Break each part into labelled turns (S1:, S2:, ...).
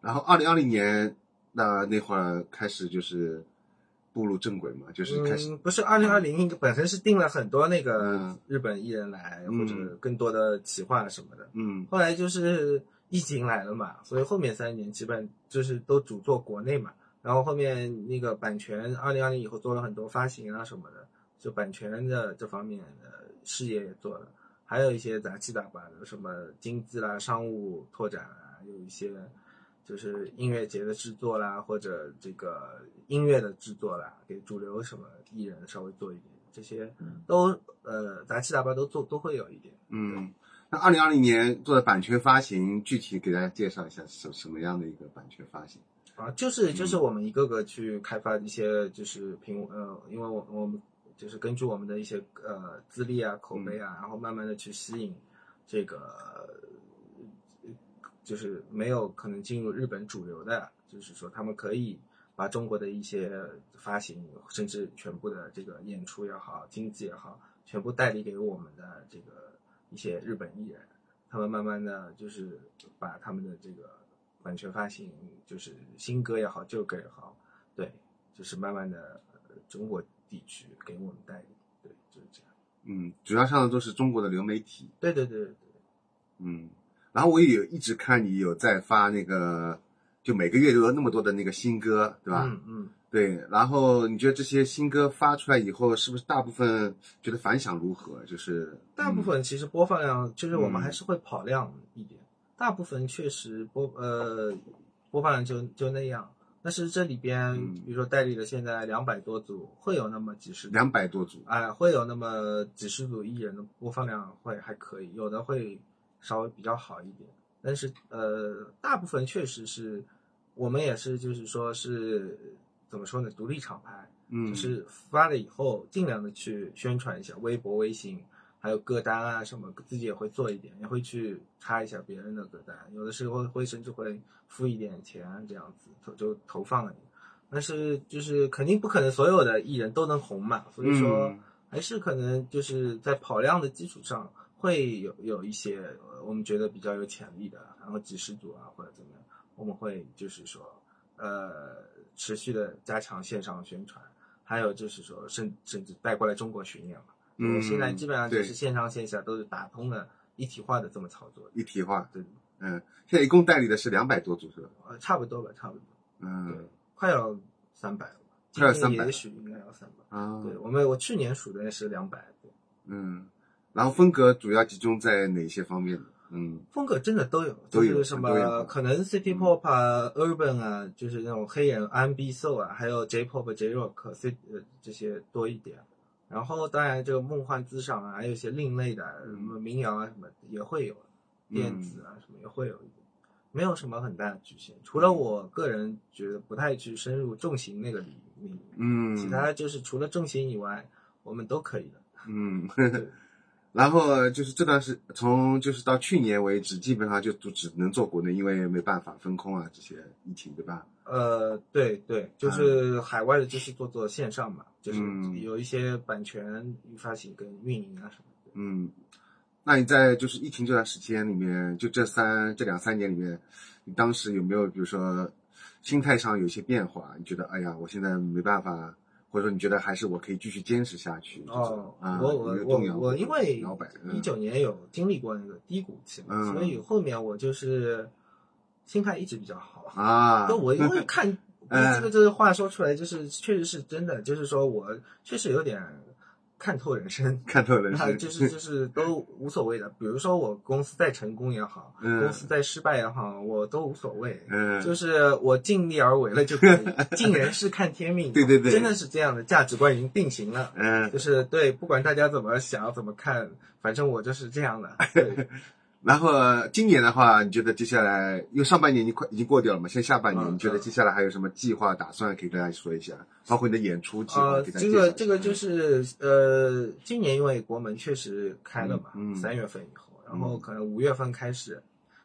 S1: 然后二零二零年那那会儿开始就是步入正轨嘛，就是开始
S2: 嗯，不是二零二零本身是定了很多那个
S1: 嗯
S2: 日本艺人来、
S1: 嗯
S2: 或者更多的企划什么的，
S1: 嗯
S2: 后来就是疫情来了嘛，所以后面三年基本就是都主做国内嘛，然后后面那个版权二零二零以后做了很多发行啊什么的，就版权的这方面的事业也做了，还有一些杂七杂八的什么经济啦、商务拓展啊，有一些就是音乐节的制作啦，或者这个音乐的制作啦，给主流什么艺人稍微做一点，这些都呃杂七杂八都做都会有一点。
S1: 嗯。那二零二零年做的版权发行，具体给大家介绍一下什什么样的一个版权发行？
S2: 啊，就是就是我们一个个去开发一些就是评呃，因为我我们就是根据我们的一些呃资历啊、口碑啊，然后慢慢的去吸引这个呃就是没有可能进入日本主流的，就是说他们可以把中国的一些发行，甚至全部的这个演出也好、经济也好，全部代理给我们的这个一些日本艺人。他们慢慢的就是把他们的这个版权发行，就是新歌也好，旧歌也好，对，就是慢慢的、呃中国地区给我们代理，对，就是这样。
S1: 嗯，主要上的都是中国的流媒体。
S2: 对对对对
S1: 嗯，然后我也有一直看你有在发那个，就每个月都有那么多的那个新歌，对吧？
S2: 嗯嗯，
S1: 对，然后你觉得这些新歌发出来以后，是不是大部分觉得反响如何？就是
S2: 大部分其实播放量就是我们
S1: 嗯
S2: 还是会跑量一点，大部分确实播呃播放量就就那样。但是这里边
S1: 嗯，
S2: 比如说代理的现在两百多组，会有那么几十组
S1: 两百多组，
S2: 哎，会有那么几十组艺人的播放量会还可以，有的会稍微比较好一点，但是呃，大部分确实是我们也是就是说是怎么说呢，独立厂牌，
S1: 嗯，
S2: 就是发了以后尽量的去宣传一下，微博、微信，还有歌单啊什么，自己也会做一点，也会去插一下别人的歌单，有的时候会甚至会付一点钱啊这样子投就投放了。但是就是肯定不可能所有的艺人都能红嘛，所以说。
S1: 嗯
S2: 还是可能就是在跑量的基础上，会有有一些呃我们觉得比较有潜力的，然后几十组啊或者怎么样，我们会就是说呃持续的加强线上宣传，还有就是说甚甚至带过来中国巡演嘛。
S1: 嗯
S2: 现在基本上就
S1: 对
S2: 是线上线下都是打通了一体化的这么操作，
S1: 一体化，
S2: 对，
S1: 嗯，现在一共代理的是两百多组是吧？
S2: 呃差不多吧，差不多，对
S1: 嗯，，
S2: 快要三百了吧，
S1: 快要
S2: 今
S1: 300
S2: 年
S1: 了
S2: 也许应该要三百。
S1: 啊，
S2: 对我们我去年数的是两百，对。
S1: 嗯，然后风格主要集中在哪些方面呢？嗯
S2: 风格真的都有，
S1: 都有
S2: 就是什
S1: 很多元化
S2: 么可能 City Pop 啊、Urban 啊，就是那种黑人 R&B Soul 啊，还有 J Pop、J Rock、C 呃这些多一点。然后当然这个梦幻之上啊，还有一些另类的什么民谣啊什么的也会有，
S1: 嗯
S2: 电子啊什么也会有一点，没有什么很大的局限。除了我个人觉得不太去深入重型那个领域，
S1: 嗯，
S2: 其他就是除了重型以外，我们都可以的。
S1: 嗯， 然后就是这段时，从就是到去年为止，基本上就只只能做国内，因为没办法分控啊，这些疫情对吧？
S2: 呃，对对，就是海外的，就是做做线上嘛，就是
S1: 嗯
S2: 有一些版权发行跟运营啊什么的。
S1: 嗯，那你在就是疫情这段时间里面，就这三这两三年里面，你当时有没有比如说心态上有一些变化？你觉得哎呀，我现在没办法，或者说你觉得还是我可以继续坚持下去？这种
S2: 哦，
S1: 啊，
S2: 我
S1: 有
S2: 我
S1: 没有动摇
S2: 我我因为
S1: 摇摆，嗯
S2: 一九年有经历过那个低谷期嘛，
S1: 嗯
S2: 所以后面我就是心态一直比较好。
S1: 啊，
S2: 那我因 为看
S1: 嗯
S2: 这个这个话说出来，就是确实是真的，就是说我确实有点看透人生。
S1: 看透 人
S2: 啊，
S1: 生，
S2: 就是就是都无所谓的。比如说我公司再成功也好，
S1: 嗯
S2: 公司再失败也好，我都无所谓。
S1: 嗯
S2: 就是我尽力而为了就可以，尽人事看天 命。
S1: 对对对
S2: 真的是这样的价值观已经定型了。
S1: 嗯
S2: 就。是对，不管大家怎么想怎么看，反正我就是这样的。对，
S1: 然后呃今年的话，你觉得接下来，因为上半年已经快已经过掉了嘛，现在下半年，
S2: 嗯
S1: 你觉得接下来还有什么计划打算可以跟大家说一下？包括你的演出计划，
S2: 呃，
S1: 给大家
S2: 这
S1: 介绍一
S2: 个
S1: 下
S2: 这个就是呃，今年因为国门确实开了嘛
S1: 嗯嗯，嗯
S2: 三、月份以后，然后可能五月份开始，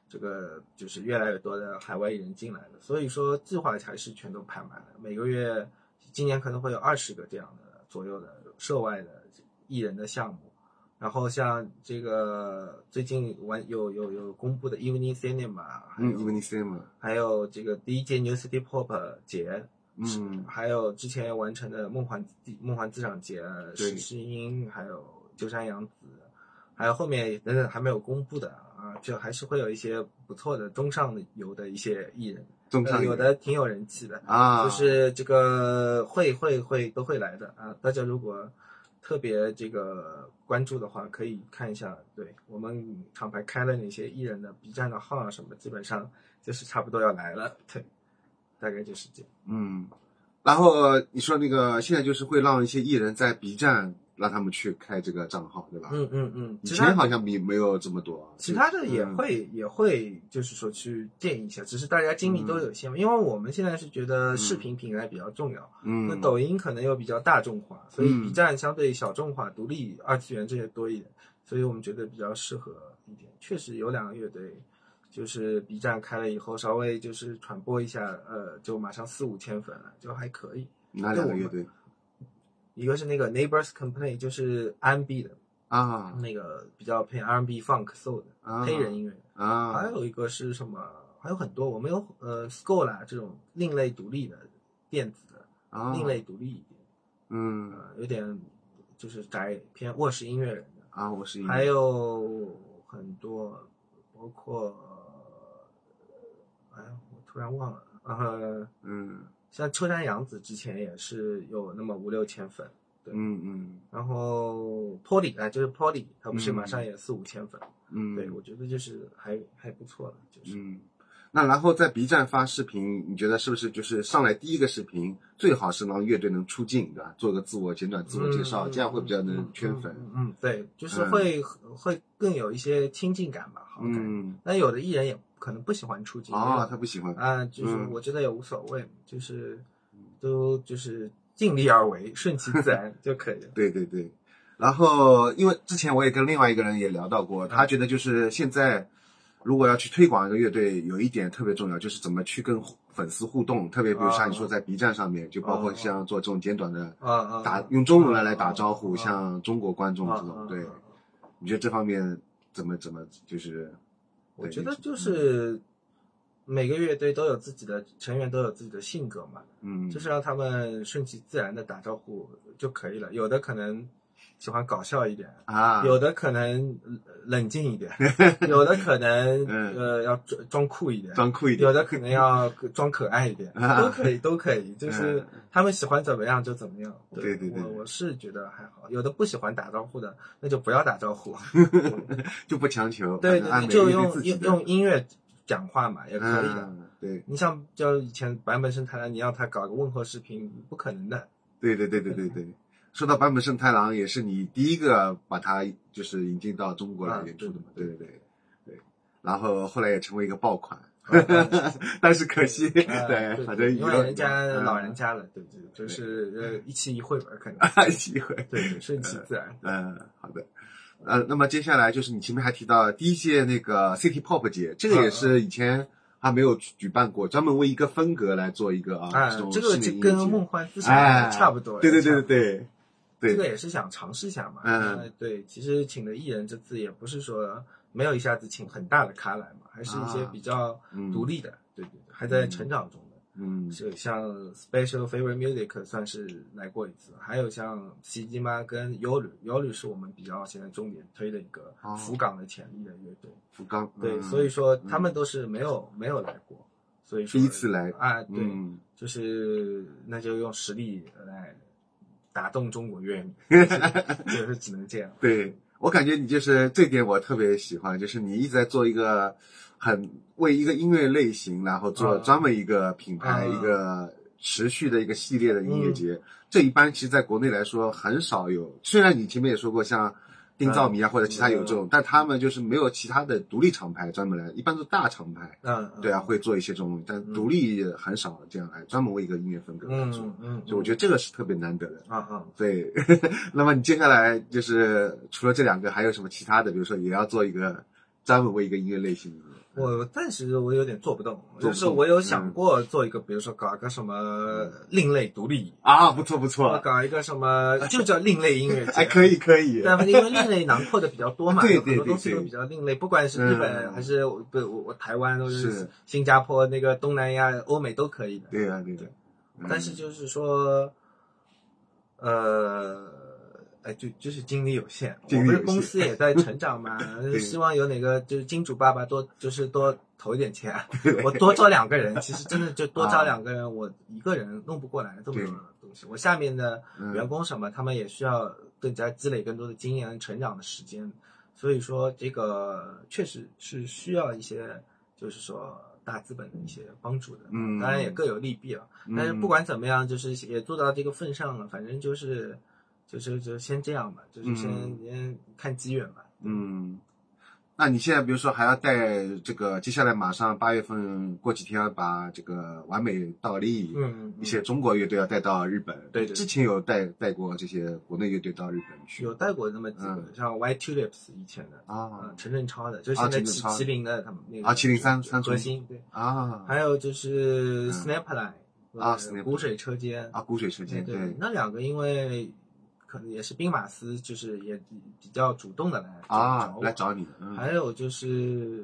S2: 这个就是越来越多的海外艺人进来了，所以说计划才是全都排满了，每个月今年可能会有二十个这样的左右的涉外的艺人的项目，然后像这个最近完有有有公布的 Evening Cinema，还
S1: 嗯
S2: 有、
S1: ，Even Cinema，
S2: 还有这个第一届 New City Pop 节，
S1: 嗯，
S2: 还有之前完成的梦幻地梦幻自赏节、
S1: 对
S2: 石诗英，还有鸠山洋子，还有后面等等还没有公布的啊，就还是会有一些不错的中上游的一些艺人，
S1: 中上
S2: 呃有的挺有人气的，
S1: 啊，
S2: 就是这个会会会都会来的啊。大家如果特别这个关注的话，可以看一下，对我们厂牌开了哪些艺人的 B 站的号啊什么，基本上就是差不多要来了，对，大概就是这样。
S1: 嗯，然后你说那个现在就是会让一些艺人在 B 站让他们去开这个账号，对吧？
S2: 嗯嗯嗯，
S1: 以
S2: 其
S1: 前
S2: 他
S1: 好像没没有这么多，
S2: 其他的也
S1: 嗯
S2: 会、也会就是说去建议一下，只是大家精力
S1: 嗯
S2: 都有限嘛，因为我们现在是觉得视频平台比较重要，
S1: 嗯，
S2: 那抖音可能又比较大众化，所以
S1: 嗯
S2: B 站相对小众化、独立二次元这些多一点，所以我们觉得比较适合一点。确实有两个乐队，就是 B 站开了以后，稍微就是传播一下，呃，就马上四五千粉了，就还可以。
S1: 哪两个乐队
S2: 一个是那个 Neighbors Complain，就是 R&B 的
S1: 啊
S2: 那个比较偏 R&B Funk Soul 的、
S1: 啊
S2: 嗯黑人音乐，还
S1: 啊
S2: 有一个是什么？还有很多，我们有呃 s c o l a 这种另类独立的电子的、
S1: 啊
S2: 另类独立一点。
S1: 嗯
S2: 呃，有点就是宅偏卧室音乐人的，
S1: 啊，我是一
S2: 还有很多，包括，呃哎呀，我突然忘了，呃，
S1: 嗯
S2: 像秋山洋子之前也是有那么五六千粉，
S1: 嗯嗯
S2: 然后 Polly 啊，就是 Polly，他不是
S1: 嗯
S2: 马上也四五千粉，
S1: 嗯，
S2: 对我觉得就是还还不错了，就是。
S1: 嗯。那然后在 B 站发视频，你觉得是不是就是上来第一个视频最好是让乐队能出镜，对吧？做个自我简短自我介绍，
S2: 嗯
S1: 这样会比较能
S2: 嗯
S1: 圈粉。
S2: 嗯，嗯对，就是
S1: 嗯
S2: 会、会更有一些亲近感吧，好感。
S1: 嗯，
S2: 那有的艺人也可能不喜欢出镜
S1: 啊，他不喜欢。
S2: 啊，就是
S1: 嗯
S2: 我觉得也无所谓，就是都就是尽力而为，顺其自然就可以了。
S1: 对对对，然后因为之前我也跟另外一个人也聊到过，他觉得就是现在如果要去推广一个乐队，有一点特别重要，就是怎么去跟粉丝互动，特别比如像你说在 B 站上面，就包括像做这种简短的
S2: 啊啊，
S1: 打
S2: 啊
S1: 用中文来来打招呼，
S2: 啊
S1: 像中国观众
S2: 啊
S1: 这
S2: 啊
S1: 种，
S2: 啊
S1: 对
S2: 啊，
S1: 你觉得这方面怎么怎么就是？
S2: 我觉得
S1: 嗯
S2: 就是每个乐队都有自己的成员都有自己的性格嘛，
S1: 嗯，
S2: 就是让他们顺其自然的打招呼就可以了。有的可能喜欢搞笑一点，
S1: 啊，
S2: 有的可能呃冷静 一点，有的可能
S1: 嗯
S2: 呃要装装酷一点，
S1: 装酷一点
S2: 有，的可能要装可爱一点，
S1: 啊嗯
S2: 都可以，都可以，就是他们喜欢怎么样就怎么样。
S1: 对对对
S2: 我我是觉得还好。有的不喜欢打招呼的，那就不要打招呼。
S1: 就不强求，
S2: 对
S1: 反
S2: 对
S1: 正按
S2: 对，
S1: 啊每
S2: 就
S1: 个乐队
S2: 用
S1: 自己
S2: 用
S1: 的
S2: 用音乐讲话嘛，也可以的。
S1: 嗯对
S2: 你像就以前版本生态的，你让他搞个问候视频，不可 能的。
S1: 对对对对对对。说到坂本胜太郎，也是你第一个把他就是引进到中国来演出的嘛？
S2: 啊对
S1: 对对对对。然后后来也成为一个爆款，
S2: 啊
S1: 但是可惜，
S2: 呃
S1: 对，反正嗯
S2: 因为人家老人
S1: 家
S2: 家了，对对，就是呃一期一会吧，可能
S1: 机会，
S2: 对对，顺其自然。
S1: 嗯，好的。呃，那么接下来就是你前面还提到第一届那个 City Pop 节，这个也
S2: 嗯
S1: 是以前还没有举办过，专门为一个风格来做一个啊
S2: 啊
S1: 这，种
S2: 这个
S1: 室内
S2: 就
S1: 音乐
S2: 跟
S1: 节
S2: 梦幻自
S1: 哎
S2: 赏差不多。
S1: 对对对
S2: 差不多
S1: 对对
S2: 这个
S1: 对，
S2: 也是想尝试一下嘛。
S1: 嗯
S2: 呃，对，其实请的艺人这次也不是说没有一下子请很大的咖来嘛，还是一些
S1: 啊
S2: 比较
S1: 嗯
S2: 独立的，对对，对还在成长中的。
S1: 嗯
S2: 就像 Special Favorite Music 算是来过一次，还有像奇迹妈跟尤吕，尤吕是我们比较现在重点推的一个
S1: 哦
S2: 福冈的潜力的乐队。
S1: 福冈
S2: 对，
S1: 嗯
S2: 所以说他们都是没有没有来过，所以说
S1: 第一次来
S2: 啊，对，
S1: 嗯，
S2: 就是那就用实力来打动中国 乐迷，就是只能这样。
S1: 对我感觉你就是这点我特别喜欢，就是你一直在做一个很为一个音乐类型，然后做
S2: 啊
S1: 专门一个品牌、
S2: 啊
S1: 一个持续的一个系列的音
S2: 嗯
S1: 乐节。这一般其实在国内来说很少有，虽然你前面也说过像。丁兆
S2: 嗯
S1: 米啊，或者其他有这种，但他们就是没有其他的独立厂牌专门来，一般都是大厂牌，
S2: 嗯，
S1: 对啊，会做一些这种，但独立很少这样来专门为一个音乐风格来
S2: 嗯，
S1: 做，
S2: 嗯嗯，
S1: 所以我觉得这个是特别难得的。
S2: 得啊啊，
S1: 对， 那么你接下来就是除了这两个，还有什么其他的？比如说，也要做一个专门为一个音乐类型的，
S2: 我暂时我有点做不动，
S1: 嗯做不动嗯
S2: 就是我有想过做一个，比如说搞一个什么另类独立，
S1: 啊，不错不错，
S2: 搞一个什么就叫另 类音乐节，
S1: 哎，可以可以，
S2: 但因为另类囊括的比较多 嘛，
S1: 对
S2: 有很
S1: 对
S2: 多
S1: 对
S2: 东西都
S1: 对
S2: 比较另类，不管是日本
S1: 嗯
S2: 还是我不我我台湾或者
S1: 是
S2: 是新加坡那个东南亚、欧美都可以的。
S1: 对呀对呀嗯
S2: 对，但是就是说，呃，哎，就就是精力有限，
S1: 精
S2: 我
S1: 力有限
S2: 们公司也 在成长嘛，希望有哪个就是金主爸爸多就是多投一点钱，啊我多招两个人，其实真的就多招两个人，我一个人弄不过来这么多
S1: 啊对
S2: 东西，我下面的。员
S1: 嗯，
S2: 工什么，他们也需要更加积累更多的经验、成长的时间。所以说，这个确实是需要一些，就是说大资本的一些帮助的。
S1: 嗯
S2: 当然也各有利弊啊了。但是不管怎么样，就是也做到这个份上了，反正就是，就是就先这样吧，就是先、
S1: 嗯
S2: 先看机缘吧。
S1: 嗯，那你现在比如说还要带这个，接下来马上八月份过几天要把这个完美倒立，
S2: 嗯，
S1: 一些中国乐队要带到日本，
S2: 对对
S1: 之前有带带过这些国内乐队到日本去
S2: 有带过那么几个，
S1: 嗯
S2: 像 White Tulips 以前的，
S1: 啊
S2: 嗯，陈振超的，就是现在
S1: 陈振
S2: 麒
S1: 超
S2: 麒麟的他们那个
S1: 啊麒麟三三重
S2: 核心对。
S1: 啊
S2: 还有就是
S1: 嗯
S2: Snapline
S1: 啊
S2: 呃
S1: Snapline
S2: 骨水车间
S1: 啊，骨水车间，
S2: 对，那两个因为可能也是兵马司，就是也比较主动的来
S1: 啊，
S2: 我
S1: 来。找你，嗯
S2: 还有就是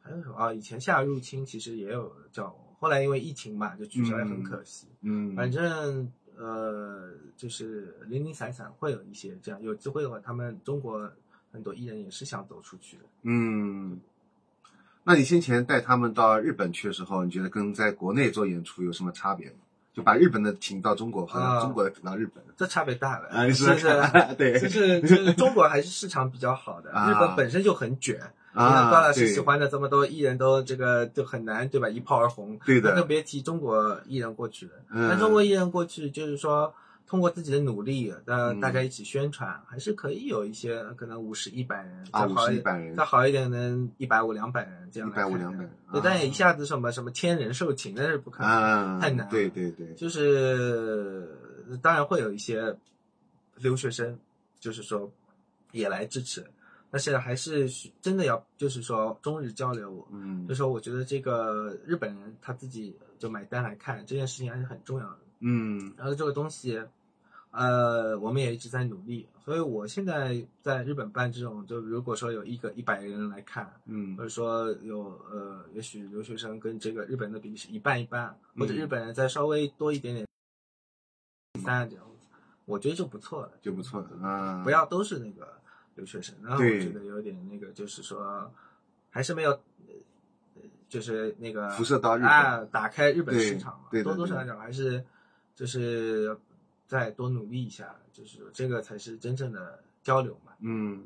S2: 还有什么啊？以前夏入侵其实也有叫我，后来因为疫情嘛，就取消也很可惜。反
S1: 嗯，
S2: 正呃，就是零零散散会有一些这样，有机会的话，他们中国很多艺人也是想走出去的。
S1: 嗯。那你先前带他们到日本去的时候，你觉得跟在国内做演出有什么差别吗？就把日本的请到中国和
S2: 啊
S1: 中国的请到日本，
S2: 这差别大了，
S1: 啊， 你
S2: 是不
S1: 说
S2: 是？
S1: 对，
S2: 就是就是中国还是市场比较好的，
S1: 啊
S2: 日本本身就很卷。你看
S1: 啊，
S2: 高老师
S1: 对
S2: 喜，欢的这么多艺人都这个就很难对吧？一炮而红，
S1: 对的
S2: 那更别提中国艺人过去了。
S1: 嗯
S2: 但中国艺人过去就是说。通过自己的努力，呃，
S1: 嗯
S2: 大家一起宣传，还是可以有一些可能五十、一百人，
S1: 啊
S2: 再好一
S1: 50 100人
S2: 再好一点能一百五、两百人这样来看
S1: 150 200
S2: 的。对，
S1: 啊
S2: 但也一下子什么什么千人售罄，那是不可能的。
S1: 啊，
S2: 太难了
S1: 对对对，
S2: 就是当然会有一些留学生，就是说也来支持，但是还是需真的要就是说中日交流。
S1: 嗯
S2: 就说我觉得这个日本人他自己就买单来看这件事情还是很重要的。
S1: 嗯
S2: 然后这个东西，呃，我们也一直在努力，所以我现在在日本办这种，就如果说有一个一百人来看，
S1: 嗯
S2: 或者说有呃，也许留学生跟这个日本的比例是一半一半，或者
S1: 嗯
S2: 日本人再稍微多一点点，三啊这样子，我觉得就不错了，
S1: 就不错了啊，
S2: 不要都是那个留学生，然后我
S1: 对
S2: 觉得有点那个，就是说还是没有，呃就是那个
S1: 辐射到日本
S2: 啊，打开日本
S1: 对
S2: 市场嘛，
S1: 对的
S2: 多多
S1: 对
S2: 少
S1: 的
S2: 少还是就是再多努力一下，就是这个才是真正的交流嘛。
S1: 嗯，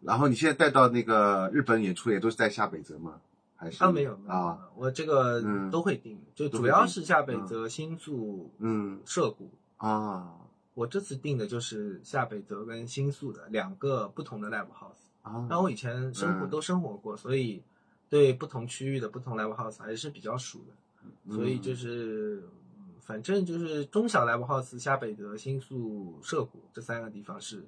S1: 然后你现在带到那个日本演出也都是在下北泽吗？还是
S2: 啊，没有没有
S1: 啊？，
S2: 我这个
S1: 嗯
S2: 都会定，就
S1: 都
S2: 主
S1: 会
S2: 要
S1: 定
S2: 是下北泽、新宿、
S1: 嗯
S2: 涉谷。
S1: 啊
S2: 我这次定的就是下北泽跟新宿的两个不同的 live house。
S1: 啊，
S2: 但我以前生活
S1: 嗯
S2: 都生活过，所以对不同区域的不同 live house 还是比较熟的。所以
S1: 嗯
S2: 就是，嗯反正就是中小 live house 下北泽、新宿、涉谷这三个地方是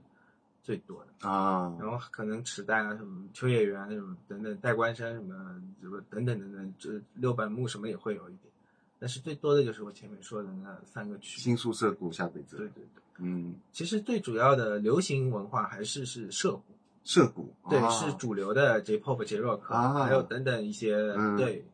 S2: 最多的。
S1: 啊，
S2: 然后可能池袋啊什么秋叶原什么等等代官山什么什么等等等等，这六本木什么也会有一点，但是最多的就是我前面说的那三个区。
S1: 新宿舍谷下北
S2: 对
S1: 泽，
S2: 对对，
S1: 嗯，
S2: 其实最主要的流行文化还是是涉谷，
S1: 社谷
S2: 对，
S1: 啊
S2: 是主流的 J-pop、J-rock，、
S1: 啊
S2: 还有等等一些、
S1: 嗯
S2: 对。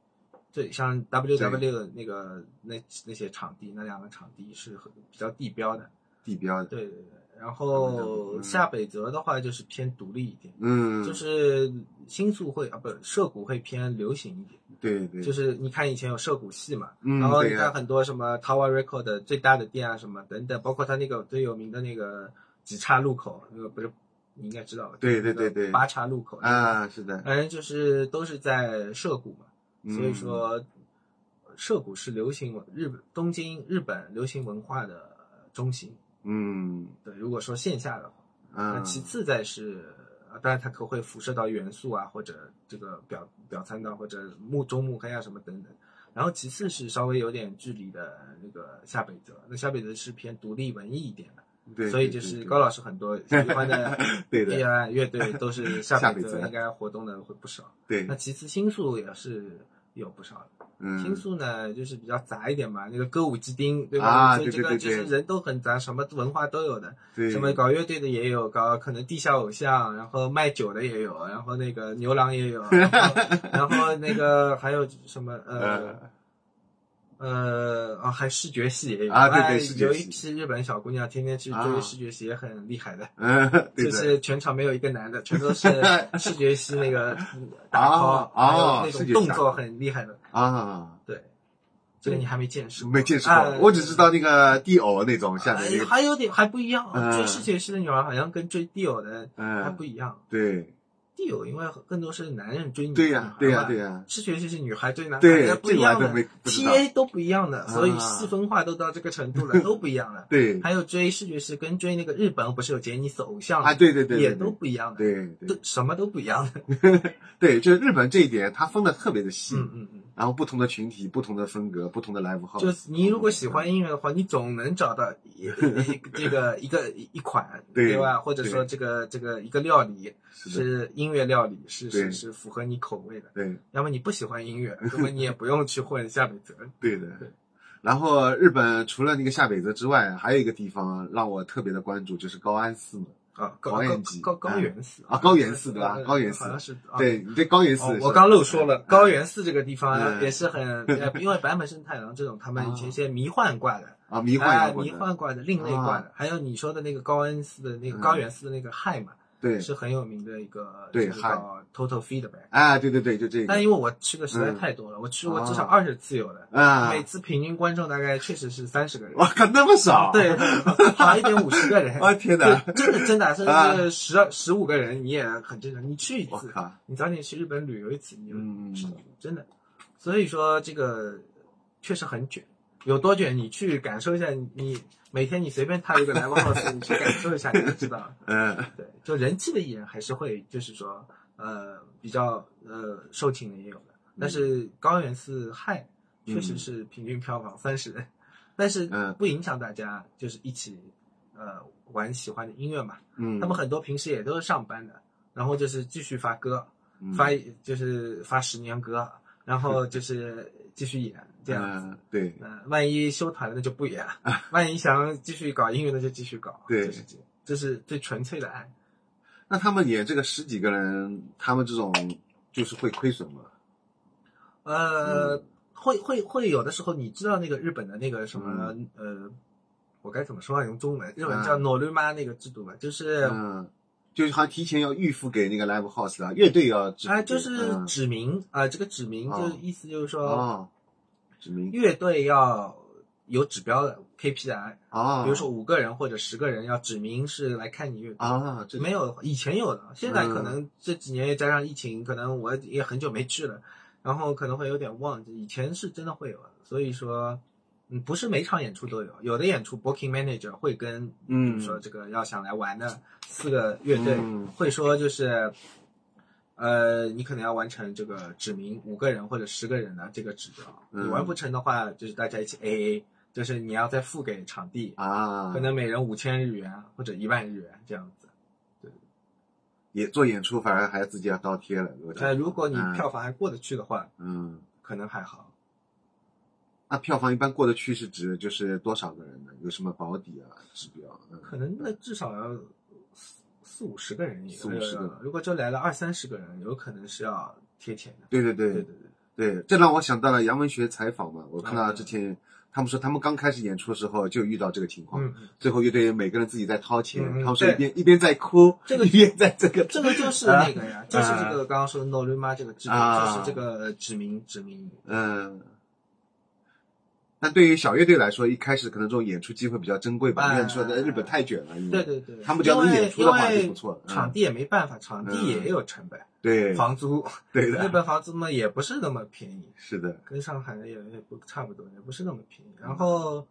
S2: 对，像 W W 那个那那些场地，那两个场地是很比较地标的。
S1: 地标的，
S2: 对对对。然后
S1: 嗯
S2: 下北泽的话，就是偏独立一点，
S1: 嗯，
S2: 就是新宿会啊，不，涉谷会偏流行一点。
S1: 对对，
S2: 就是你看以前有涉谷系嘛，
S1: 嗯
S2: 然后
S1: 对
S2: 你
S1: 呀
S2: 看很多什么 Tower Record 的最大的店啊什么等等，包括它那个最有名的那个几岔路口，那个不是你应该知道吧？
S1: 对
S2: 就
S1: 对
S2: 是
S1: 对
S2: 那个
S1: 对
S2: 八岔路口，
S1: 啊，是的，
S2: 反正就是都是在涉谷嘛，
S1: 嗯
S2: 所以说涉谷是流行文日本东京日本流行文化的中心。
S1: 嗯
S2: 对，如果说线下的话。那
S1: 啊，
S2: 其次再是，呃当然它可会辐射到元素啊，或者这个表表参道或者木中目黑啊什么等等。然后其次是稍微有点距离的那个下北泽，那下北泽是偏独立文艺一点的，
S1: 对，
S2: 所以
S1: 对
S2: 就
S1: 对
S2: 是
S1: 对
S2: 高老师很多喜欢的
S1: 对的，
S2: DIY 乐队 都是
S1: 下
S2: 下
S1: 辈
S2: 辈
S1: 子
S2: 子应该活动的会不少。
S1: 对
S2: 那，其次新宿也是有不少的。新
S1: 嗯，
S2: 宿呢，就是比较杂一点嘛，那个歌舞伎町，对吧？
S1: 啊
S2: 所以这个
S1: 对对
S2: 就
S1: 对
S2: 是人都很杂，什么文化都有的，
S1: 对，
S2: 什么搞乐队的也有，搞可能地下偶像，然后卖酒的也有，然后那个牛郎也有，然后然后那个还有什么呃
S1: 呃，
S2: 呃啊，还视觉系也有
S1: 嗯啊对对
S2: 哎
S1: 视觉
S2: 有
S1: 系
S2: 一批日本小姑娘天天去
S1: 啊
S2: 追视觉系，也很厉害的。
S1: 嗯， 对的，
S2: 就是全场没有一个男的，全都 是视觉系那个打
S1: 哦
S2: call，、还有
S1: 哦
S2: 那
S1: 视
S2: 种
S1: 觉
S2: 动
S1: 系打
S2: 作
S1: call
S2: 很厉害的。
S1: 啊，
S2: 对，这个你还没见识过，
S1: 没见识
S2: 啊
S1: 过，我只知道那个地偶那种下面那
S2: 哎
S1: 个，
S2: 还有点还不一样，
S1: 嗯
S2: 追视觉系的女孩好像跟追地友的还
S1: 嗯
S2: 不，一样。
S1: 对，
S2: 地友因为更多是男人追女，
S1: 对呀
S2: 女孩，
S1: 对呀，
S2: 嘛
S1: 对呀，
S2: 视觉系是女孩追男孩，
S1: 对
S2: 那，不
S1: 这
S2: 一
S1: 个我还
S2: 样
S1: 都没
S2: 的
S1: 不知道，
S2: ，TA 都不一样的，所
S1: 啊
S2: 以细分化都到这个程度 了，都不一样了。
S1: 对，
S2: 还有追视觉系跟追那个日本不是有杰尼斯偶像
S1: 啊，对对对，
S2: 也
S1: 对
S2: 都不一样的，
S1: 对
S2: 都
S1: 对
S2: 什么都不一样的。
S1: 对，就是日本这一点，它分的特别的细，
S2: 嗯嗯嗯。
S1: 然后不同的群体、不同的风格、不同的 live house，
S2: 就是你如果喜欢音乐的话，你总能找到 一一这个一个一一款，
S1: 对
S2: 吧？或者说这个这个一个料理
S1: 是的，
S2: 是音乐料理，是
S1: 对
S2: 是是符合你口味的。
S1: 对
S2: 要么你不喜欢音乐，那么你也不用去混下辈子。
S1: 对的
S2: 对。
S1: 然后日本除了那个下北泽之外，还有一个地方让我特别的关注，就是高安寺嘛。
S2: 啊，高
S1: 王
S2: 高
S1: 彦吉
S2: 高高原寺
S1: 啊高原寺对吧
S2: 嗯嗯
S1: 高原寺
S2: 好像是。啊
S1: 对你对高原寺
S2: 哦
S1: 是，嗯吧，哎
S2: 我刚漏说了，高原寺这个地方
S1: 嗯
S2: 也是很，呃因为坂本胜太郎这种，他们以前一些迷幻挂的，
S1: 啊迷幻
S2: 哎
S1: 摇滚
S2: 迷
S1: 的，啊
S2: 幻挂的、另类挂的，还有你说的那个高恩寺的那个
S1: 嗯
S2: 高原寺的那个嗨嘛，
S1: 对，
S2: 是很有名的一个，
S1: 对
S2: 就是
S1: 嗨
S2: 叫 Total Feedback。
S1: 啊对对对，就这个
S2: 但因为我去的实在
S1: 嗯
S2: 太多了，我去过至
S1: 啊
S2: 少二十次有的，
S1: 啊，
S2: 每次平均观众大概确实是三十个人
S1: 我，靠那么少，
S2: 对，好像一点五十个 人。
S1: 啊天哪，
S2: 就真的真的，甚
S1: 啊
S2: 至十二十五个人你也很正常。你去一
S1: 我
S2: 次，
S1: 靠，
S2: 你早点去日本旅游一次，你就
S1: 嗯嗯
S2: 知道了，真的。所以说这个确实很卷，有多卷你去感受一下你，你每天你随便踏入一个 live house，你去感受一下你就知道了。
S1: 嗯
S2: 对，就人气的艺人还是会就是说呃比较呃受请的也有的，但
S1: 嗯
S2: 是高原寺嗨确实是平均票房三十 人，但是
S1: 嗯
S2: 不影响大家就是一起呃玩喜欢的音乐嘛。
S1: 嗯，
S2: 他们很多平时也都是上班的，然后就是继续发歌，
S1: 嗯
S2: 发就是发十年歌，然后就是继续演这样子。
S1: 嗯对
S2: 嗯、万一休团了那就不演，万一想继续搞音乐那就继续搞。
S1: 对
S2: 就是这，这是最纯粹的爱。
S1: 那他们演这个十几个人，他们这种就是会亏损吗？
S2: 呃，会会会有的时候，你知道那个日本的那个什么、呃，我该怎么说啊？用中文，日本叫
S1: 嗯
S2: 诺绿妈那个制度嘛，就是。
S1: 嗯，就是好像提前要预付给那个 live house 的乐队要支付
S2: 啊，
S1: 给，
S2: 就是
S1: 嗯
S2: 指明啊、这个指明就
S1: 哦
S2: 是意思就是说，
S1: 哦，指明
S2: 乐队要有指标的 KPI，
S1: 哦，
S2: 比如说五个人或者十个人要指明是来看你乐队。
S1: 啊，这
S2: 没有，以前有的，现在可
S1: 嗯
S2: 能这几年也加上疫情，可能我也很久没去了，然后可能会有点忘记。以前是真的会有的，所以说，嗯，不是每场演出都有，有的演出 booking manager 会跟，
S1: 嗯
S2: 比如说这个要想来玩的四个乐队、
S1: 嗯
S2: 会说就是，呃，你可能要完成这个指明五个人或者十个人的这个指标，
S1: 嗯
S2: 你完不成的话，就是大家一起 AA，就是你要再付给场地，
S1: 啊，
S2: 可能每人五千日元或者一万日元这样子。
S1: 也做演出，反而还自己要倒贴了。我觉得
S2: 呃，如果你
S1: 嗯
S2: 票房还过得去的话，
S1: 嗯，
S2: 可能还好。
S1: 那票房一般过得去是指就是多少个人呢？有什么保底啊指标？嗯
S2: 可能那至少要四四五十个人也呃
S1: 四五十个人
S2: 如果就来了二三十个人，有可能是要贴钱的。
S1: 对对
S2: 对
S1: 对
S2: 对嗯对，
S1: 对，这让我想到了杨文学采访嘛，我看到
S2: 嗯
S1: 之前他们说他们刚开始演出的时候就遇到这个情况，
S2: 嗯，嗯
S1: 最后乐队每个人自己在掏钱，
S2: 嗯嗯
S1: 他们说一边一边在哭，
S2: 这个
S1: 一边在这个
S2: 这个就是那个呀，就是这个刚刚说的 no 绿妈这个指明，
S1: 啊
S2: 就是这个指明指明。
S1: 嗯。但对于小乐队来说，一开始可能这种演出机会比较珍贵吧。
S2: 哎
S1: 像你说的，日本太卷了，因为
S2: 对对对，
S1: 他们只要能演出的话
S2: 因为
S1: 就不错嗯
S2: 因为场地也没办法，场地也有成本，
S1: 对，
S2: 房租，
S1: 对
S2: 日
S1: 的，
S2: 本房租嘛也不是那么便宜，
S1: 是的，
S2: 跟上海的也也不差不多，也不是那么便宜。
S1: 嗯
S2: 然后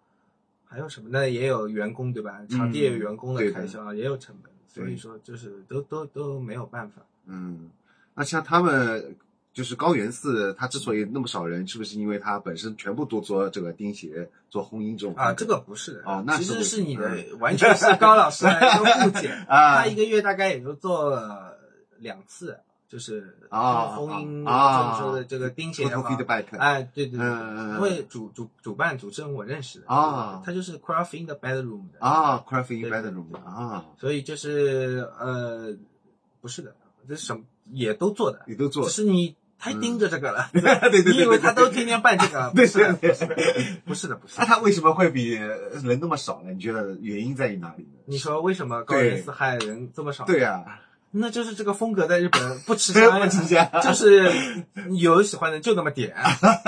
S2: 还有什么呢？也有员工对吧？场地也有员工
S1: 嗯对
S2: 的
S1: 的
S2: 开销，啊也有成本，所
S1: 对
S2: 以说就是都都都没有办法。
S1: 嗯，那像他们就是高原寺，它之所以那么少人，是不是因为它本身全部都做这个钉鞋、做红缨这种
S2: 啊，这个不是的
S1: 哦那
S2: 其
S1: 是
S2: 实
S1: 为
S2: 是
S1: 什么。
S2: 你的，完全是高老师的一个误解
S1: 啊
S2: 他一个月大概也就做了两次，就是
S1: 啊
S2: 红缨
S1: 啊
S2: 郑州的这个钉鞋
S1: t o
S2: 的
S1: f e e
S2: 话
S1: d，back
S2: 哎，对对对，
S1: 嗯嗯嗯
S2: 因为主主主办主持人我认识的
S1: 啊
S2: 他就是 Craft in the Bedroom 的，
S1: 啊 c r a f t in
S2: 对
S1: bedroom
S2: 对
S1: 啊，
S2: 所以就是呃，不是的，这什么也都做的，
S1: 你都做
S2: 只是你太盯着这个了，
S1: 对对对对
S2: 你以为他都天天办 这个？啊不
S1: 对
S2: 是的，
S1: 对
S2: 不是的，不是的，不是
S1: 那
S2: 的。
S1: 它为什么会比呃人那么少呢？你觉得原因在于哪里呢？
S2: 你说为什么高原四海人这么少？
S1: 对啊 呀，
S2: 那就是这个风格在日本 不吃香，
S1: 不吃香，
S2: 就是有喜欢的就那么点，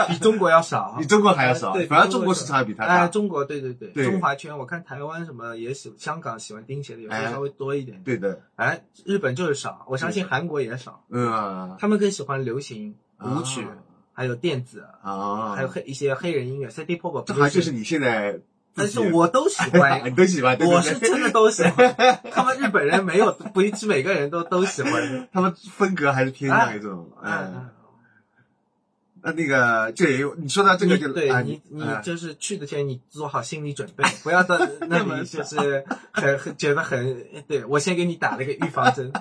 S2: 比中国要少
S1: 比。中国还要少
S2: 哎对，
S1: 反正中国市场还比它
S2: 哎，
S1: 大。
S2: 中国对对对，
S1: 对
S2: 中华圈，我看台湾什么也喜，香港喜欢钉鞋的也
S1: 哎
S2: 会稍微多一点。，
S1: 对的，
S2: 哎，日本就是少，我相信韩国也少，
S1: 嗯啊
S2: 他们更喜欢流行舞曲，还有电子，
S1: 啊，
S2: 还有黑一些黑人音乐，City Pop，
S1: 这好像就是你现在
S2: 但
S1: 自
S2: 是
S1: 己，
S2: 我都喜
S1: 你
S2: 欢，
S1: 都喜 欢，对
S2: 我
S1: 对
S2: 是
S1: 对，
S2: 真的都喜欢。他们日本人没有，不是每个人都 都喜欢。
S1: 他们风格还是偏向一种，嗯，
S2: 嗯，
S1: 那那个这也有，你说到这个就
S2: 你对
S1: 啊
S2: 你你
S1: 啊
S2: 就是去之前你做好心理准 备，不要到那里就是很很觉得很对我先给你打了一个预防针。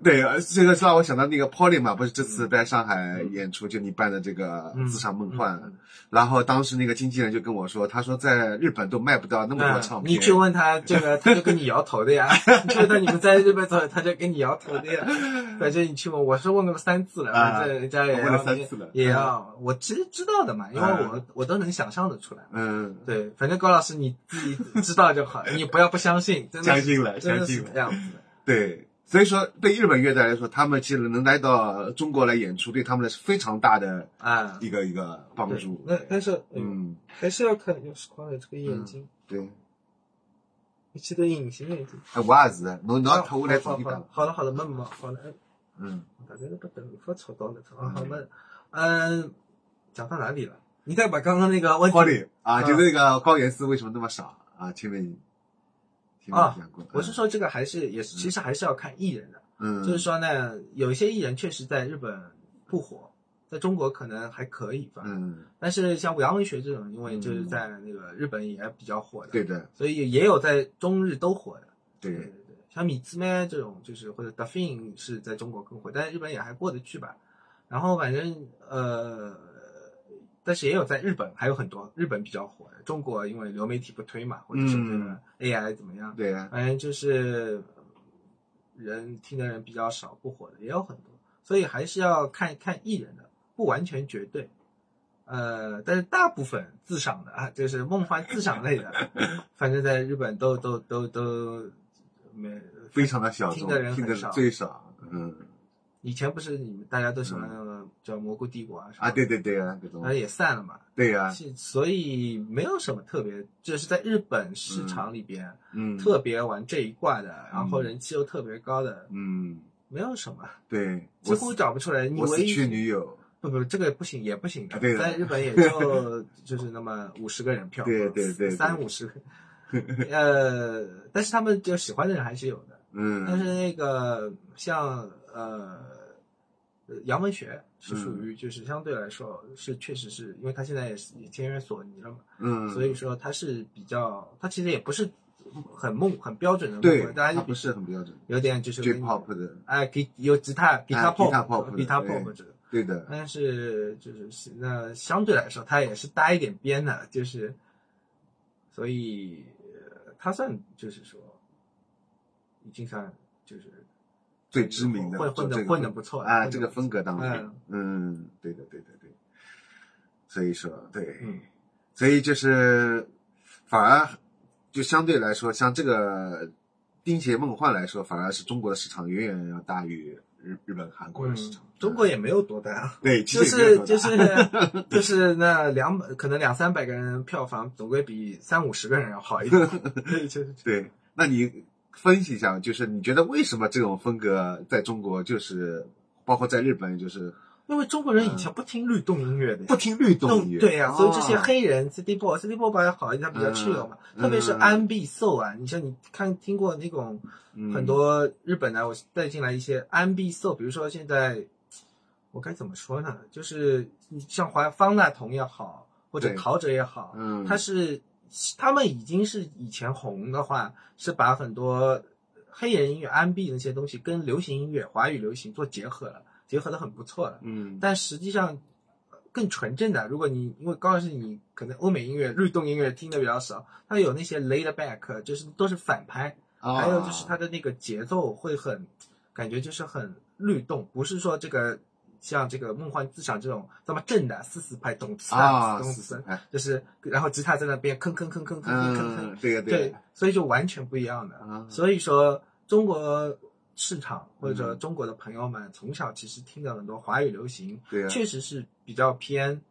S1: 对，呃这个是让我想到那个 Polly 嘛，不是这次在上海演出，就你办的这个《
S2: 嗯
S1: 自赏梦幻》
S2: 嗯嗯
S1: 然后当时那个经纪人就跟我说，他说在日本都卖不到那么多唱
S2: 嗯，
S1: 片，
S2: 你去问他这个，他就跟你摇头的呀。你去问他你们在日本走，他就跟你摇头的呀。反正你去问，我是问了三次了，
S1: 啊
S2: 反正人家也要
S1: 问了三次了
S2: 也要我其实知道的嘛，因为
S1: 嗯
S2: 我我都能想象得出来。
S1: 嗯，
S2: 对，反正高老师你自己知道就好，你不要不相信，真的
S1: 相
S2: 是
S1: 信了，
S2: 真
S1: 相
S2: 的
S1: 信
S2: 是
S1: 了
S2: 这，样子的。
S1: 对。所以说，对日本乐队来说，他们其实能来到中国来演出，对他们来是非常大的
S2: 啊，
S1: 一个一个帮
S2: 对
S1: 助。
S2: 那但是嗯，
S1: 嗯，
S2: 还是要看有时光的这个眼睛，
S1: 对。
S2: 你记得隐形眼镜。
S1: 哎，我也是，侬侬
S2: 好
S1: 要脱下来
S2: 好
S1: 自己
S2: 好
S1: 打
S2: 好。好了好了，没没没好了，哎
S1: 嗯，
S2: 大概都把头发扯到了，啊好了，嗯，讲到哪里了？你再把刚刚 那个问
S1: 好
S2: 题，
S1: 的啊，就是那个高原寺为什么那么少啊？前面前面
S2: 啊
S1: 讲过，
S2: 我是说这个还是也是其实还是要看艺人的，
S1: 嗯嗯，嗯，
S2: 就是说呢，有一些艺人确实在日本不火，在中国可能还可以吧，
S1: 嗯，
S2: 但是像伪阳文学这种，因为就是在那个日本也比较火的，
S1: 对，的，
S2: 所以也有在中日都火的。对
S1: 对，
S2: 对对，像米兹麦这种，就是或者 d a f i n 是在中国更火，但是日本也还过得去吧。然后反正呃，但是也有在日本还有很多日本比较火的，中国因为流媒体不推嘛，或者是那个 AI 怎么样，
S1: 对啊，
S2: 反正就是人听的人比较少，不火的也有很多，所以还是要看看艺人的，不完全绝对。呃，但是大部分自赏的啊，就是梦幻自赏类的，反正在日本都都都都没
S1: 非常的小众，
S2: 听的人
S1: 听的
S2: 很少
S1: 最少，嗯，
S2: 以前不是你们大家都喜欢那个叫蘑菇帝国啊什么
S1: 啊，对，嗯对对啊，这
S2: 然后
S1: 种，
S2: 也散了嘛，
S1: 对啊呀，
S2: 是所以没有什么特别，就是在日本市场里边、
S1: 嗯，，
S2: 特别玩这一挂的，然后人气又特别高的，
S1: 嗯，
S2: 没有什么，
S1: 对，
S2: 几
S1: 我
S2: 乎
S1: 死
S2: 找不出来。你
S1: 我死
S2: 唯一
S1: 去女友，
S2: 不不，这个不行，也不行的
S1: 啊对。的
S2: 在日本也 就就是那么五十个人票，
S1: 对对对对
S2: 三五十 个。呃，但是他们就喜欢的人还是有的。
S1: 嗯，
S2: 但是那个像呃，呃杨文学是属
S1: 嗯
S2: 于就是相对来说是确实是因为他现在也是也签约索尼了嘛，
S1: 嗯，
S2: 所以说他是比较他其实也不是很梦很标准的
S1: 对
S2: 梦，，
S1: 它
S2: 大家
S1: 不是很标准
S2: 有点就是跟你
S1: ，J-pop 的，
S2: 哎，给有吉他吉他
S1: 啊吉他 pop 的
S2: pop 呃吉他
S1: 对
S2: pop 这个。
S1: 对的，
S2: 但是就是那相对来说，它也是搭一点边的，就是，所以呃它算就是说，已经算就是
S1: 最知名的
S2: 混混
S1: 就
S2: 的
S1: 这个
S2: 混的不错
S1: 啊，
S2: 混得
S1: 这个
S2: 不
S1: 风格当中
S2: 嗯，
S1: 嗯，对的，对的，对的，所以说，对，
S2: 嗯
S1: 所以就是反而就相对来说，像这个《钉鞋梦幻》来说，反而是中国的市场远远要大于日日本、韩国的市场。
S2: 嗯中国也没有多大，
S1: 对，嗯 其
S2: 就
S1: 实也没有
S2: 是
S1: 多
S2: 就
S1: 大
S2: 是 就是那两百可能两三百个人票房总归比三五十个人要好一点， 对就是
S1: 对。那你分析一下，就是你觉得为什么这种风格在中国就是包括在日本就是
S2: 因为中国人以前不听律动音乐的呀，
S1: 嗯不听律动音
S2: 动
S1: 乐？
S2: 对啊呀、所以这些
S1: 哦
S2: 黑人 City b o y c i t y b o y 还好一点，它比较
S1: 嗯
S2: chill 嘛，
S1: 嗯
S2: 特别是 R&B soul 啊，你像你看听过那种
S1: 嗯
S2: 啊很多日本的，我带进来一些 R&B soul，比如说现在我该怎么说呢？就是你像华方大同也好，或者
S1: 对
S2: 陶喆也好，
S1: 嗯
S2: 他是他们已经是以前红的话，是把很多黑人音乐、安 b 那些东西跟流行音乐、华语流行做结合了，结合的很不错了。
S1: 嗯，
S2: 但实际上，呃更纯正的，如果你因为高老师你可能欧美音乐、律动音乐听的比较少，它有那些 laid back，就是都是反拍，
S1: 啊
S2: 还有就是它的那个节奏会很，感觉就是很律动，不是说这个像这个梦幻自赏这种这么正的四四拍咚呲
S1: 啊，
S2: 咚
S1: 是是
S2: 呲，
S1: 哎，
S2: 就是然后吉他在那边吭吭吭吭吭吭吭吭
S1: 嗯，，对呀
S2: 对
S1: 呀，，
S2: 所以就完全不一样的。
S1: 啊，
S2: 所以说，中国市场或者
S1: 嗯
S2: 中国的朋友们从小其实听到很多华语流行，
S1: 对啊呀，
S2: 确实是比较偏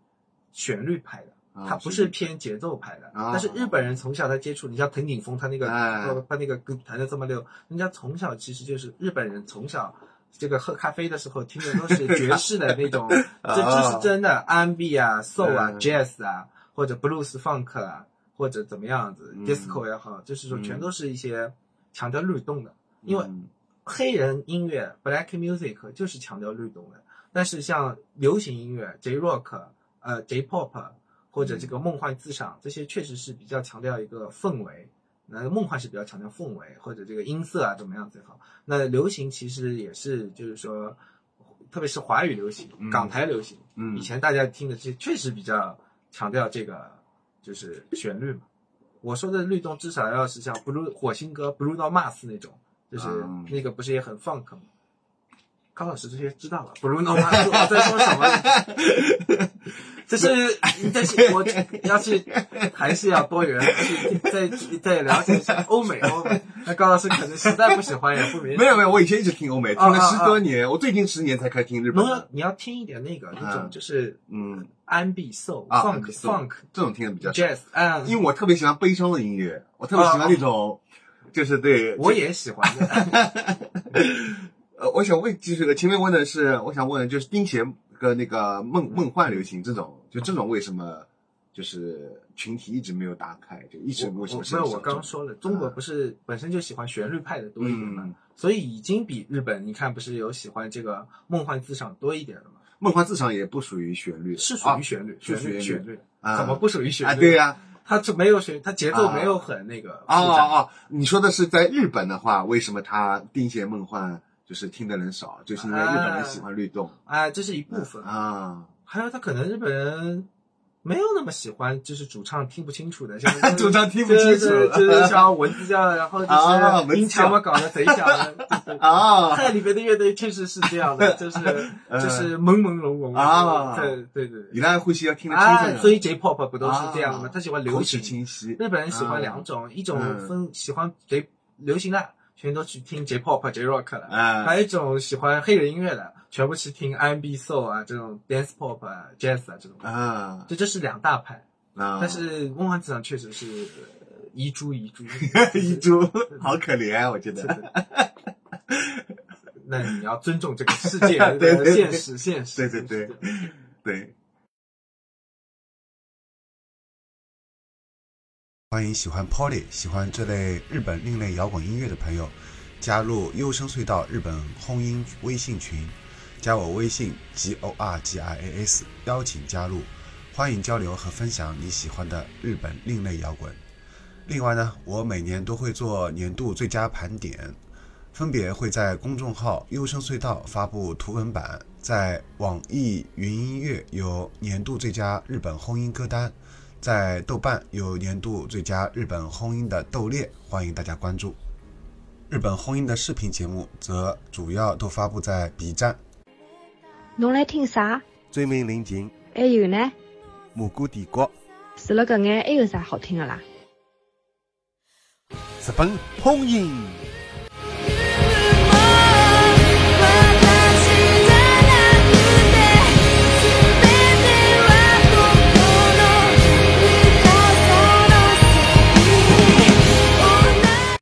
S2: 旋律派的，
S1: 啊
S2: 它不是偏节奏派的。
S1: 啊
S2: 但是日本人从小他接触，你像藤井风，他那个、呃
S1: 哎
S2: 他那个歌弹的这么溜，人家从小其实就是日本人从小。这个喝咖啡的时候听的 都是爵士的那种，
S1: 啊
S2: 这这是真的 R&B 啊、soul 啊、
S1: 嗯
S2: jazz 啊，或者 blues funk 啊，或者怎么样子、
S1: 嗯
S2: d i s c o 也好，就是说全
S1: 嗯
S2: 都是一些强调律动的，因为
S1: 嗯
S2: 黑人音乐 （Black Music） 就是强调律动的，但是像流行音乐 （J Rock）、呃 J Pop 或者这个梦幻自赏，这些确实是比较强调一个氛围。那梦幻是比较强调氛围或者这个音色啊怎么样最好。那流行其实也是，就是说，特别是华语流行、
S1: 嗯
S2: 港台流行，
S1: 嗯
S2: 以前大家听的这确实比较强调这个就是旋律嘛。我说的律动至少要是像 blue 火星哥 blue 到 Mars 那种，就是
S1: 嗯
S2: 那个不是也很 funk 吗？高老师这些知道了，blue 到 Mars 我在说什么？ 这是你在我要去还是要多元去再再了解一下欧美欧美。那高老师可能实在不喜欢也不明
S1: 没有没有，我以前一直听欧美，听
S2: 啊
S1: 了
S2: 啊
S1: 十多年，我最近十年才开始听日本
S2: 农药
S1: 的，
S2: 你要听一点那个
S1: 嗯
S2: 那种就是
S1: 嗯，
S2: 安 b soul
S1: 啊
S2: funk
S1: R&B soul
S2: funk
S1: 这种听的比较少，
S2: jazz 嗯，
S1: 因为我特别喜欢悲伤的音乐，我特别喜欢那种，就是对，
S2: 啊我也喜欢的。
S1: 呃，我想问，就是前面问的是，我想问就是钉鞋跟那个梦梦幻流行这种，就这种为什么就是群体一直没有打开，就一直
S2: 我
S1: 为什么 是
S2: 没有，
S1: 小
S2: 我刚
S1: 众
S2: 说了，中国不是本身就喜欢旋律派的多一点嘛，
S1: 嗯
S2: 所以已经比日本，你看不是有喜欢这个梦幻自赏多一点了吗？
S1: 梦幻自赏也不属于旋律，
S2: 是属于旋律，
S1: 啊是
S2: 旋
S1: 属于
S2: 律，
S1: 旋
S2: 旋律，
S1: 啊
S2: 怎么不属于旋
S1: 啊？
S2: 律？
S1: 对、呀，
S2: 它就没有旋律，它节奏
S1: 啊
S2: 没有很那个复
S1: 啊
S2: 杂。
S1: 啊啊！你说的是在日本的话，为什么他钉鞋梦幻就是听的人少，就是因为日本人喜欢律动
S2: 啊，这是一部分，
S1: 啊。
S2: 还有他可能日本人没有那么喜欢，就是主唱听不清楚 的，像
S1: 啊主唱听不清楚
S2: 就是就是像蚊子这样，然后
S1: 啊
S2: 就
S1: 蚊
S2: 是
S1: 子
S2: 音墙嘛搞得贼响 的。就是
S1: 啊
S2: 泰里边的乐队确实是这 样的，就是
S1: 嗯
S2: 就是朦朦胧胧
S1: 啊
S2: 对对对
S1: 你那呼吸要听得清楚
S2: 啊，
S1: 呢，
S2: 所以 J-pop 不都是这样吗
S1: 啊？
S2: 他喜欢流
S1: 口齿
S2: 行，
S1: 清晰。
S2: 日本人喜
S1: 啊
S2: 欢两种，一种
S1: 嗯
S2: 分喜欢 J 流行的，全都去听 J-pop、J-rock 了。
S1: 啊
S2: 还有一种喜欢黑人音乐的，全部去听 R&B、Soul 啊这种 Dance Pop 啊、Jazz 啊这种，
S1: 啊！
S2: 这这是两大派。
S1: 啊
S2: 但是梦幻市场确实是呃遗珠遗 珠
S1: 遗珠好可怜，我觉
S2: 是
S1: 得。
S2: 的。那你要尊重这个世界
S1: 对
S2: 的
S1: 对
S2: 现实，现实。
S1: 对对对
S2: 现实
S1: 对，
S3: 欢迎喜欢 Polly、喜欢这类日本另类摇滚音乐的朋友，加入优声隧道日本轰音微信群，加我微信 g o r g i a s，邀请加入，欢迎交流和分享你喜欢的日本另类摇滚。另外呢，我每年都会做年度最佳盘点，分别会在公众号“优声隧道”发布图文版，在网易云音乐有年度最佳日本轰音歌单，在豆瓣有年度最佳日本轰音的斗猎，欢迎大家关注。日本轰音的视频节目则主要都发布在 B 站。
S4: 侬来听啥？
S3: 追名临近，
S4: 还有呢？
S3: 蘑菇帝国，
S4: 除了搿眼还有啥好听的啦？
S3: 日本轰音。